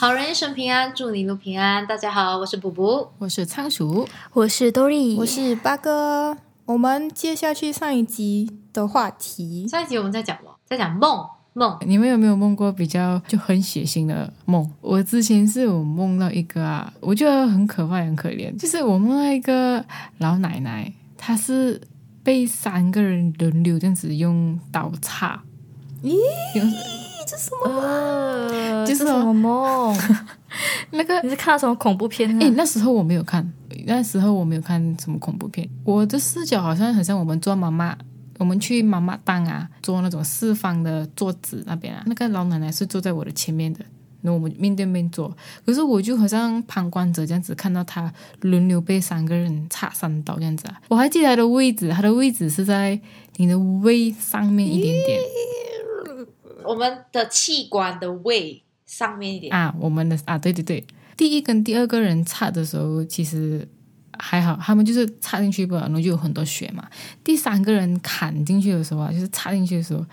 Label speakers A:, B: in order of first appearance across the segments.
A: 安神平安，祝你一路平安。大家好，我是卜卜。
B: 我是仓鼠，
C: 我是多莉，
D: 我是八哥。我们接下去上一集的话题，
A: 上一集我们在讲什么？在讲梦梦，
B: 你们有没有梦过比较就很血腥的梦？我之前是有梦到一个啊，我觉得很可怕，很可怜，就是我梦到一个老奶奶，她是被三个人轮流这样子用刀叉，
D: 咦
B: 用，
C: 呃，
B: 就
C: 这
B: 是
C: 是哦什么梦？
B: 那个
C: 你是看到什么恐怖片
B: 诶，
C: 啊？
B: 那时候我没有看，那时候我没有看什么恐怖片。我的视角好像很像我们做妈妈，我们去妈妈档啊，做那种四方的桌子那边啊，那个老奶奶是坐在我的前面的，那我们面对面坐。可是我就好像旁观者这样子，看到她轮流被三个人插三刀这样子啊。我还记得她的位置，她的位置是在你的胃上面一点点
A: 我们的器官的胃上面一点，
B: 啊，我们的啊，对对对，第一跟第二个人插的时候，其实还好，他们就是插进去吧，然后就有很多血嘛。第三个人砍进去的时候啊，就是插进去的时候，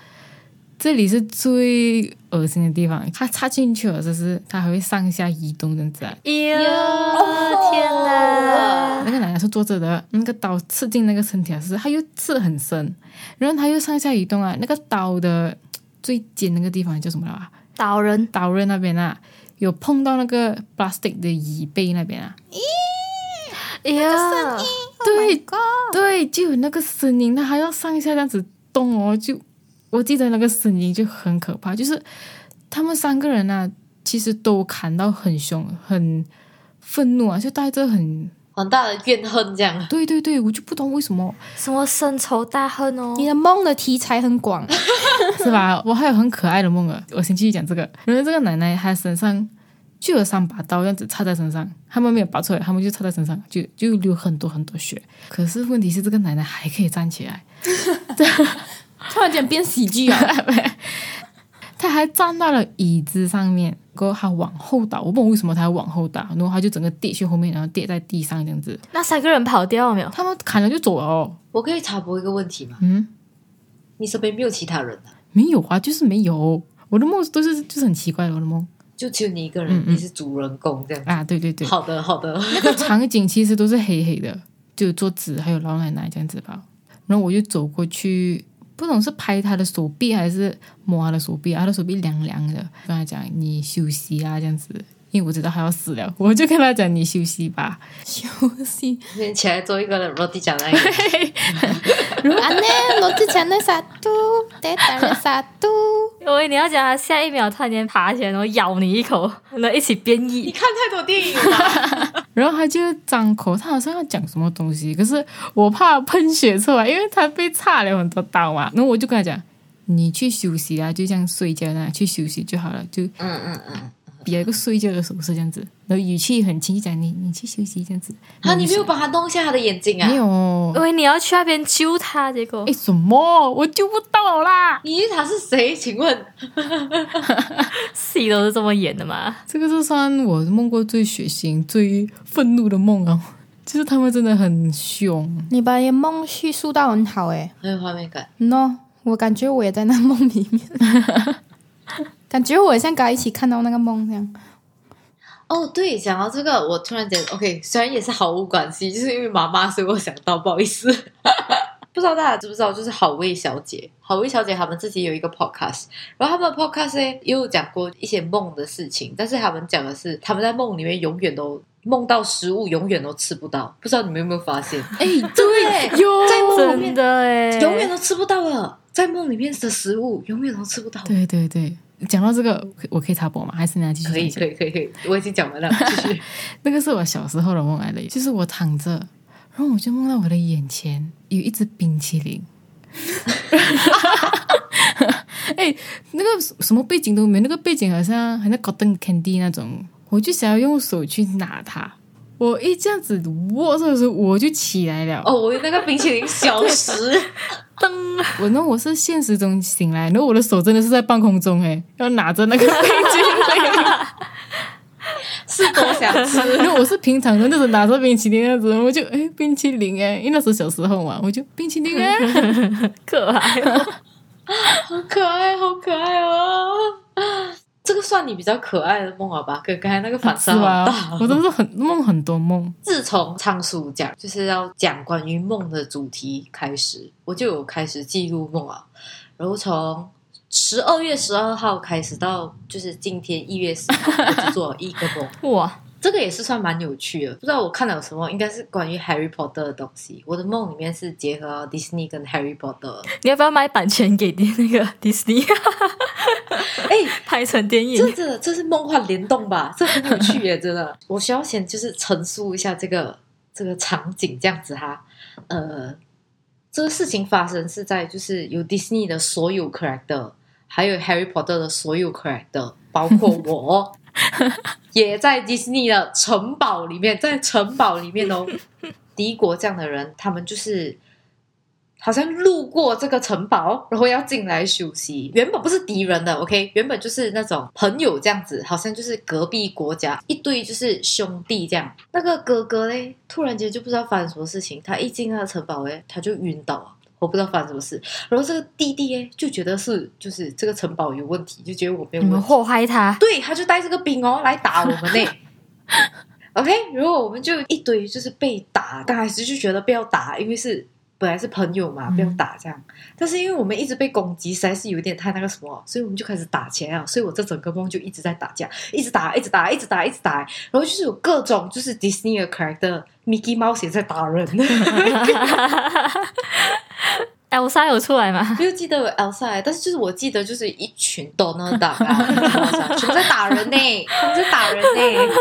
B: 这里是最恶心的地方。他插进去了，就是他还会上下移动这样子、啊。
C: 哎呦，天哪！
B: 那个奶奶是坐着的，那个刀刺进那个身体啊，是它又刺很深，然后它又上下移动啊。那个刀的最尖那个地方叫什么了啊？
C: 导人，
B: 刀刃那边啊，有碰到那个 plastic 的椅背那边啊，
C: 哎呀，
B: 对、对，就有那个声音，它还要上下这样子动哦，就我记得那个声音就很可怕，就是他们三个人啊，其实都砍到很凶，很愤怒啊，就带着很
A: 很大的怨恨这样。
B: 对对对，我就不懂为什么
C: 什么深仇大恨哦？
D: 你的梦的题材很广，
B: 是吧？我还有很可爱的梦啊，我先继续讲这个。然后这个奶奶她身上就有三把刀，这样子插在身上，他们没有拔出来，他们就插在身上，就就流很多很多血。可是问题是，这个奶奶还可以站起来，
D: 突然间变喜剧 啊！
B: 她还站到了椅子上面，过后她往后倒，我不懂为什么她要往后倒，然后她就整个跌去后面，然后跌在地上这样子。
C: 那三个人跑掉了没有？
B: 他们砍了就走了哦，
A: 我可以插播一个问题吗？
B: 嗯，
A: 你身边没有其他人啊，
B: 没有啊，就是没有。我的梦都是就是很奇怪的，我的梦
A: 就只有你一个人，
B: 嗯嗯
A: 你是主人公这样。
B: 啊，对对对，
A: 好的，好的，
B: 那个场景其实都是黑黑的，就桌子还有老奶奶这样子吧。然后我就走过去，不懂是拍她的手臂还是摸她的手臂，她的手臂凉凉的，跟她讲你休息啊这样子，因为我知道她要死了，我就跟她讲你休息吧。
D: 休息，
A: 先起来做一个落地讲那个。
D: 安内罗志强的傻 嘟，得打的傻嘟，
C: 我以为你要讲他下一秒突然间爬起来，然后咬你一口，然后一起变
A: 你
C: 异。
A: 看太多电影了，
B: 然后她就张口，她好像要讲什么东西，可是我怕喷血出来，因为她被插了很多刀嘛。然后我就跟她讲。你去休息啊，就像睡觉那样去休息就好了，就
A: 嗯嗯嗯。
B: 比一个睡觉的手势这样子，然后语气很轻，就讲你你去休息这样子。
A: 啊，你没有把他弄一下他的眼睛啊？
B: 没。有
C: 我以，为你要去那边揪他，结果
B: 哎，什么？我救不到啦！
A: 咦，他是谁？请问？
C: 戏都是这么演的嘛。
B: 这个是算我梦过最血腥、最愤怒的梦啊！ 就是他们真的很
A: 哦
B: 凶，
D: 你把你的梦叙述到很好哎、
A: 很有画面感。
D: no，我感觉我也在那梦里面，感觉我也像跟他一起看到那个梦这样。
A: 哦，对，讲到这个，我突然间，OK，虽然也是毫无关系，就是因为妈妈，所以我想到，不好意思。 不知道大家知不知道，就是好味小姐，好味小姐她们自己有一个 podcast，然后他们 podcast 呢也有讲过一些梦的事情，但是他们讲的是他们在梦里面永远都梦到食物，永远都吃不到。不知道你们有没有发现，
B: 哎，
A: 对
B: 哟，
A: 在梦里
C: 真
A: 面
C: 的哎，
A: 永远都吃不到了，在梦里面的食物永远都吃不到。
B: 对对对。讲到这个，我可以插播吗？还是你要继续
A: 可以，
B: 讲？
A: 可以，可以，可以，我已经讲完了，继续。
B: 那个是我小时候的梦来的，就是我躺着，然后我就梦到我的眼前有一只冰淇淋。 哎、那个什么背景都没有，那个背景好像好像 cotton candy 那种，我就想要用手去拿它，我一这样子握着的时候，我就起来了。
A: 哦，我那个冰淇淋消 失。
C: 噔，
B: 我那我是现实中醒来，然后我的手真的是在半空中，哎，要拿着那个 冰淇淋。
A: 是多想 吃。
B: 因为我是平常的那种拿着冰淇淋那种，我就哎冰淇淋哎，因为那时候小时候嘛，我就冰淇 淋哎，
C: 可爱哦。
A: 好可爱，好可爱哦！这个算你比较可爱的梦好吧？跟刚才那个反
B: 啊是
A: 差好
B: 吧
A: 大。？
B: 我真是很梦很多梦，
A: 自从仓鼠讲就是要讲关于梦的主题开始，我就有开始记录梦啊。然后从十二月十二号开始到就是今天一月十号，我只做了一个 梦。
C: 哇，
A: 这个也是算蛮有趣的，不知道我看了有什么，应该是关于 Harry Potter 的东西。我的梦里面是结合 Disney 跟 Harry Potter，
C: 你要不要买版权给那个迪士尼
A: 哎，
C: 拍成电
A: 这
C: 影？
A: 这这是梦幻联动吧？这很有趣耶，真的。我需要先就是陈述一下这个这个场景，这样子哈，呃，这个事情发生是在就是有 Disney 的所有 character，还有 Harry Potter 的所有 character，包括我。也在迪士尼的城堡里面，在城堡里面哦，敌国这样的人，他们就是好像路过这个城堡，然后要进来休息。原本不是敌人的，OK，原本就是那种朋友这样子，好像就是隔壁国家一对就是兄弟这样。那个哥哥嘞，突然间就不知道发生什么事情，他一进那个城堡嘞，他就晕倒了。我不知道发生什么事，然后这个弟弟哎就觉得是就是这个城堡有问题，就觉得我没有
C: 你
A: 问
C: 们
A: 题，
C: 祸害他，
A: 对，他就带这个兵哦来打我们呢。OK，如果我们就一堆就是被打，刚开始就觉得不要打，因为是本来是朋友嘛，
B: 嗯
A: 不要打这样。但是因为我们一直被攻击，实在是有点太那个什么，所以我们就开始打起来了。所以我这整个梦就一直在打架，一直打，一直打，一直打，一直打。然后就是有各种就是 Disney 的 character，Mickey Mouse 也在打人。
C: 艾莎哎有出来吗？
A: 没有记得有 Elsa，欸但是就是我记得就是一群 Donald Duck 啊，全部在打人呢、他们在打人呢、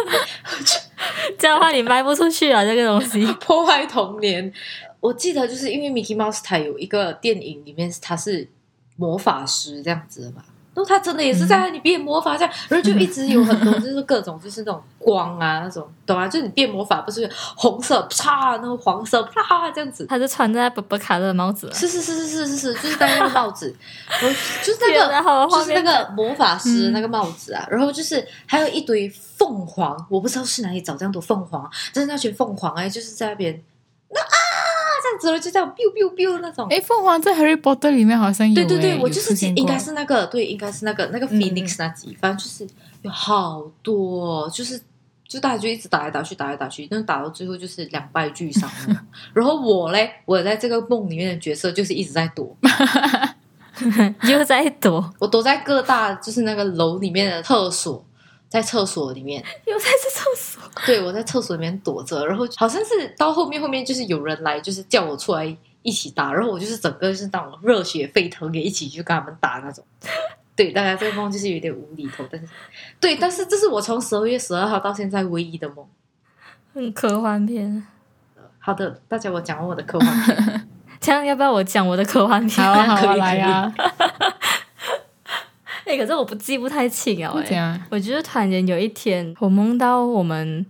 C: 这样的话你卖不出去啊，这个东西。
A: 破坏童年。我记得就是因为 Mickey Mouse 它有一个电影里面他是魔法师这样子的嘛，嗯然后哦他真的也是在那里变魔法这样，然后就一直有很多就是各种就是那种光啊那种，懂啊？就是你变魔法不是有红色啪，然后黄色啪这样子。
C: 他就穿着伯伯卡的帽子， 啊
A: 是是是是是是是，就是戴那个帽 子，然后就是那
C: 天
A: 个
C: 哪好有画
A: 就是
C: 面
A: 那
C: 感
A: 个魔法
B: 嗯
A: 师那个帽子啊，然后就是还有一堆凤凰，我不知道是哪里找这样多凤凰，啊但是那群凤凰哎，就是在那边那啊这样子了，就这样 biu biu biu 那种。
B: 哎，凤凰在《Harry Potter》里面好像有
A: 对
B: 诶，
A: 对对，
B: 有
A: 我就是
B: 出现
A: 应
B: 过嗯
A: 该是那个，对，应该是那个那个 Phoenix 那集，反正就是有好多，就是就大家就一直打来打去，打来打去，但打到最后就是两败俱伤了。 然后我嘞，我在这个梦里面的角色就是一直在躲，
C: 又在躲，
A: 我躲在各大就是那个楼里面的厕所，在厕所里面，
C: 又在这厕所。
A: 对我在厕所里面躲着，然后好像是到后面后面就是有人来，就是叫我出来一起打，然后我就是整个就是那种热血沸腾，也一起去跟他们打那种。对，大家这个梦就是有点无厘头，但是对，但是这是我从十二月十二号到现在唯一的梦。
C: 嗯，科幻片。
A: 好的，大家我讲完我的科幻片，
C: 这样要不要我讲我的科幻片？
B: 好啊好
A: 可以
B: 啊
A: 可以
B: 来呀，
C: 哎、可是我不记不太清哦、
B: 这
C: 哎，
B: 样
C: 我觉得突然间有一天，我梦到我们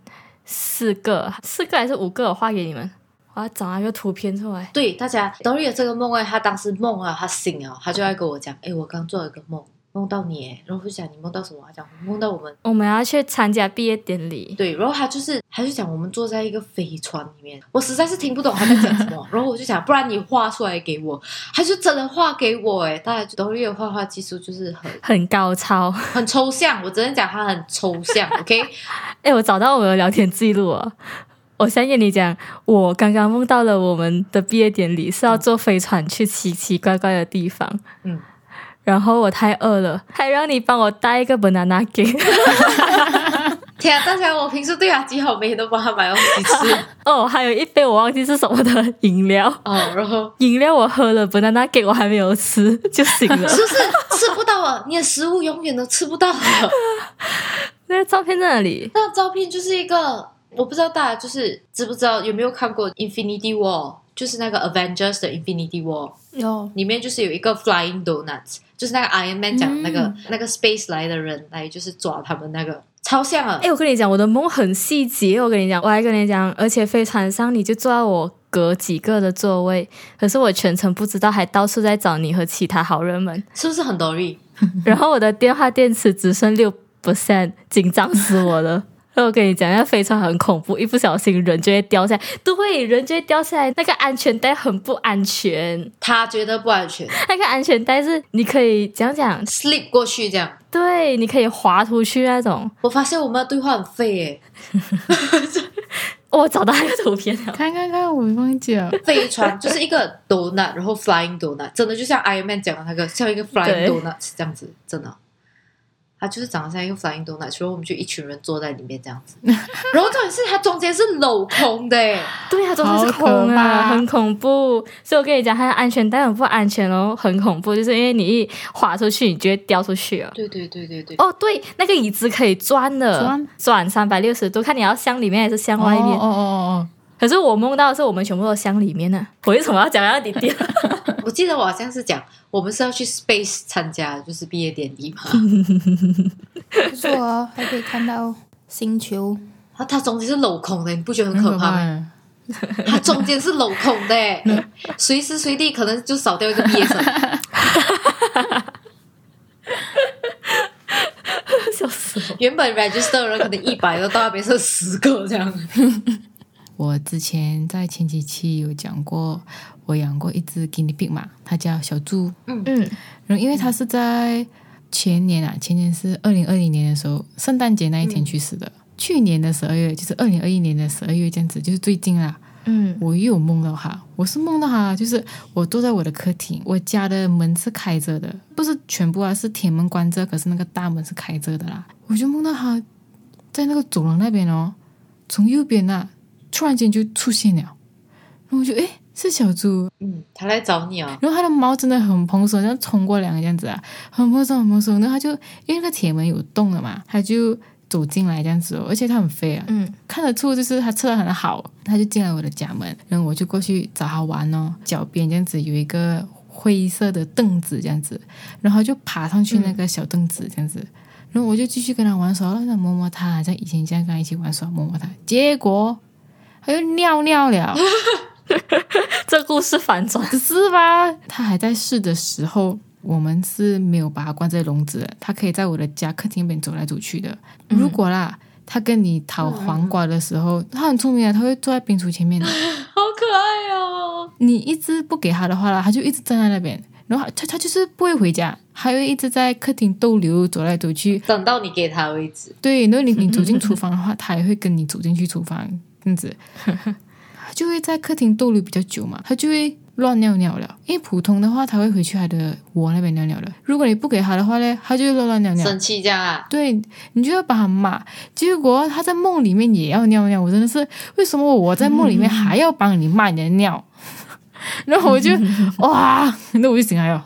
C: 四个，四个还是五个？我画给你们，我要找那个图片出来。
A: 对大家 d o r 这个梦哎，他当时梦啊，他醒了，他就在跟我讲，哎，我刚做了一个梦，梦到你哎，然后我就讲你梦到什么？他讲我梦到我们
C: 我们要去参加毕业典礼，
A: 对，然后他就是，他就讲我们坐在一个飞船里面，我实在是听不懂他在讲什么， 然后我就想，不然你画出来给我，他就真的画给我，哎，大家就都因为画画技术就是很
C: 很高超。
A: 很抽象，我只能讲他很抽象，OK，
C: 哎、我找到我的聊天记录啊！我想跟你讲，我刚刚梦到了我们的毕业典礼是要坐飞船去奇奇怪怪的地方，
A: 嗯，
C: 然后我太饿了，还让你帮我带一个 banana cake。
A: 天啊，大家我平时对他极好，每天都帮他买东西吃，
C: 哦，还有一杯我忘记是什么的饮料，
A: 哦，然后
C: 饮料我喝了，banana cake 我还没有吃就醒 了。
A: 是不是吃不到啊？你的食物永远都吃不到了。
C: 那个照片在哪里？
A: 那照片就是一个，我不知道大家就是知不知道有没有看过《Infinity War》，就是那个 Avengers 的《Infinity War》。
D: 有
A: 里面就是有一个 Flying Donuts，就是那个 Iron Man 讲那个、那个 Space 来的人来就是抓他们那个，超像啊！
C: 哎，我跟你讲，我的梦很细节。我跟你讲，我还跟你讲，而且飞船上你就坐在我隔几个的座位，可是我全程不知道，还到处在找你和其他好人们。
A: 是不是很 Dory？
C: 然后我的电话电池只剩六 percent，紧张死我了。我跟你讲，那飞船很恐怖，一不小心人就会掉下来。对，人就会掉下来，那个安全带很不安全。
A: 他觉得不安全
C: 那个安全带是你可以讲讲，
A: ，slip 过去这样。
C: 对，你可以滑出去那种。
A: 我发现我们的对话很废诶，
C: 哦我找到那个图片了，
B: 看看看，我忘记了。
A: 飞船就是一个 donut，然后 flying donut，真的就像 Iron Man 讲的那个，像一个 flying
C: 对
A: donut 这样子，真的。它就是长得像一个 flying donut，所以我们就一群人坐在里面这样子。然后重点是它中间是镂空的诶，
C: 对啊，中间是
B: 好
C: 空
B: 可怕
C: 啊，很恐怖。所以我跟你讲，它的安全带很不安全哦，很恐怖，就是因为你一滑出去，你就会掉出去啊了。
A: 对对对对对，
C: 哦，对，那个椅子可以转的
B: 转，
C: 转三百六十度，看你要向里面还是向外面。
B: 哦哦哦
C: 可是我梦到的是我们全部都向里面呢、啊我为什么要讲到底点？
A: 我记得我好像是讲我们是要去 space 参加，就是毕业典礼嘛。
D: 不错哦，还可以看到星球。
A: 它它中间是镂空的，你不觉得
B: 哦，
A: 很可怕吗？欸
B: 吗？
A: 它中间是镂空的欸， 随时随地可能就少掉一个毕业生。
C: 笑死我！
A: 原本 register 的人可能一百个，到那边是十个这样。
B: 我之前在前几期有讲过，我养过一只 guinea pig 嘛，它叫小猪。
C: 嗯，
B: 然后因为它是在前年啊，前年是二零二零年的时候，圣诞节那一天去世的。去年的十二月，就是二零二一年的十二月这样子，就是最近啦。
C: 嗯，
B: 我又有梦到他，我是梦到他，就是我坐在我的客厅，我家的门是开着的，不是全部啊，是铁门关着，可是那个大门是开着的啦。我就梦到他在那个走廊那边哦，从右边啊，突然间就出现了，然后我就诶是小猪，
A: 嗯，他来找你啊，
B: 然后它的毛真的很蓬松，像冲过凉这样子啊，很蓬松很蓬松。然后它就因为那个铁门有洞了嘛，它就走进来这样子哦，而且它很飞啊，
C: 嗯，
B: 看得出就是它吃的很好，它就进来我的家门，然后我就过去找它玩哦，脚边这样子有一个灰色的凳子这样子，然后它就爬上去那个小凳子这样子。然后我就继续跟它玩耍，让它摸摸它，像以前这样跟它一起玩耍，摸摸它。结果它又尿尿了，
C: 这故事 反转，
B: 是吧？他还在试的时候，我们是没有把它关在笼子的，它可以在我的家客厅那边走来走去的。如果啦，它跟你讨黄瓜的时候，它很聪明啊，它会坐在冰橱前面的。
A: 好可爱哦。
B: 你一直不给它的话啦，它就一直站在那边，然后它它就是不会回家，还会一直在客厅逗留，走来走去。
A: 等到你给他为止，
B: 对，然后你你走进厨房的话，它也会跟你走进去厨房这样子，它就会在客厅逗留比较久嘛，它就会乱尿尿了。因为普通的话，它会回去它的窝那边尿尿了。如果你不给它的话呢，它就会乱乱尿尿。
A: 生气这样啊？
B: 对你就要把它骂，结果它在梦里面也要尿尿，我真的是为什么我在梦里面还要帮你骂你的尿？ 然后我就哇，那我就醒来了。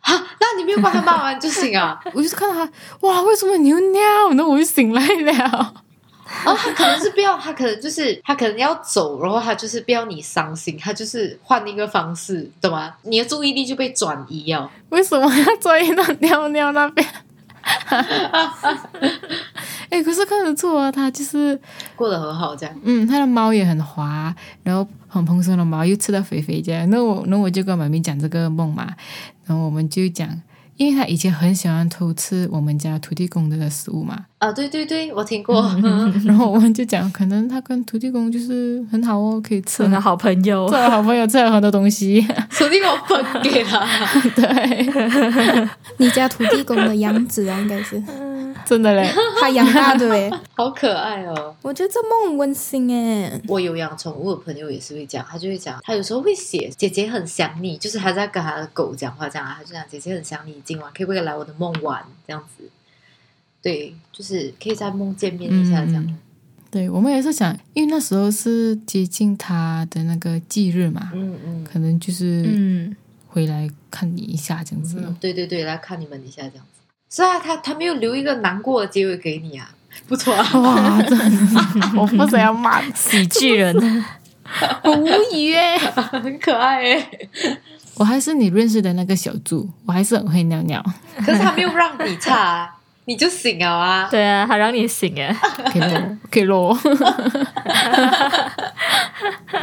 A: 哈，那你没有把他骂完就行啊？
B: 我就是看到它，哇，为什么你又尿？然后我就醒来了。
A: 哦，他可能是不要，他可能就是他可能要走，然后他就是不要你伤心，他就是换一个方式，懂吗？你的注意力就被转移哦。
B: 为什么要坐移到尿尿那边？ 哎、可是看得出啊，它就是，
A: 过得很好，这样。
B: 嗯，它的毛也很滑，然后很蓬松的毛，又吃的肥肥这样。那我，那我就跟妈咪讲这个梦嘛，然后我们就讲，因为它以前很喜欢偷吃我们家土地公的食物 嘛，
A: 啊，对对对，我听过。
B: 然后我们就讲，可能它跟土地公就是很好哦，可以吃
C: 真的好朋友
B: 做。了好朋友，吃了很多东西，
A: 手机给我分给他，
B: 对，
D: 你家土地公的养子啊，应该是
B: 真的嘞，
D: 他养大的欸诶，
A: 好可爱哦！
D: 我觉得这梦很温馨 诶。
A: 我有养宠物的朋友也是会讲，他就会讲，他有时候会写姐姐很想你，就是他在跟他的狗讲话这样啊，他就讲姐姐很想你，今晚可不可以来我的梦玩这样子？对，就是可以在梦见面一下这样。
B: 对，我们也是想，因为那时候是接近他的那个忌日嘛，
A: 嗯嗯
B: 可能就是
C: 嗯，
B: 回来看你一下这样子。
A: 嗯，对对对，来看你们一下这样子。是啊，他他没有留一个难过的结尾给你啊，不错啊。
B: 哇，真的是， 我不想要骂
C: 喜剧人，
D: 我无语 诶。
A: 很可爱哎、
B: 我还是你认识的那个小猪，我还是很会尿 尿。
A: 可是他没有让你差、啊，你就醒了啊。
C: 对啊，他让你醒 哎，
B: 可以咯，可以咯。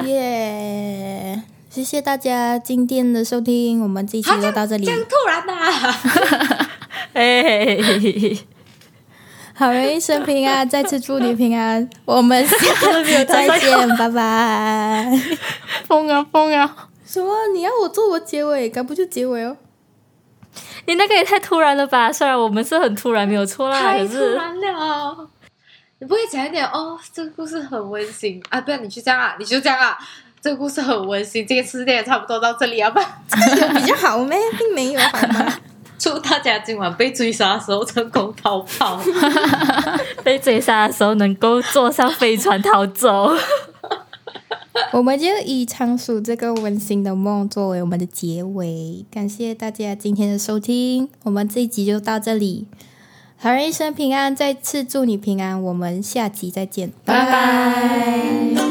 D: 耶谢谢大家今天的收听，我们这一期
A: 他
D: 就到这里
A: 这样突然呐、啊，
C: 哎，
D: 好人一生平安，再次祝你平 安。我们下次再见，拜拜。
B: 疯啊疯啊！
D: 什么？你要我做我结尾，该不就结尾哦？
C: 你那个也太突然了吧？虽然我们是很突然，没有错啦，
A: 太
C: 可
A: 突
C: 是
A: 然了。你不可以讲一点哦，这个故事很温馨啊！不然你就这样啊，你就这样啊。这个故事很温馨，今天吃的也差不多到这里啊，不然
D: 有 比较好咩？并没有好吗？
A: 祝大家今晚被追杀的时候成功逃跑。
C: 被追杀的时候能够坐上飞船逃走。
D: 我们就以仓鼠这个温馨的梦作为我们的结尾。感谢大家今天的收听，我们这一集就到这里。好人一生平安，再次祝你平安。我们下集再见，拜拜。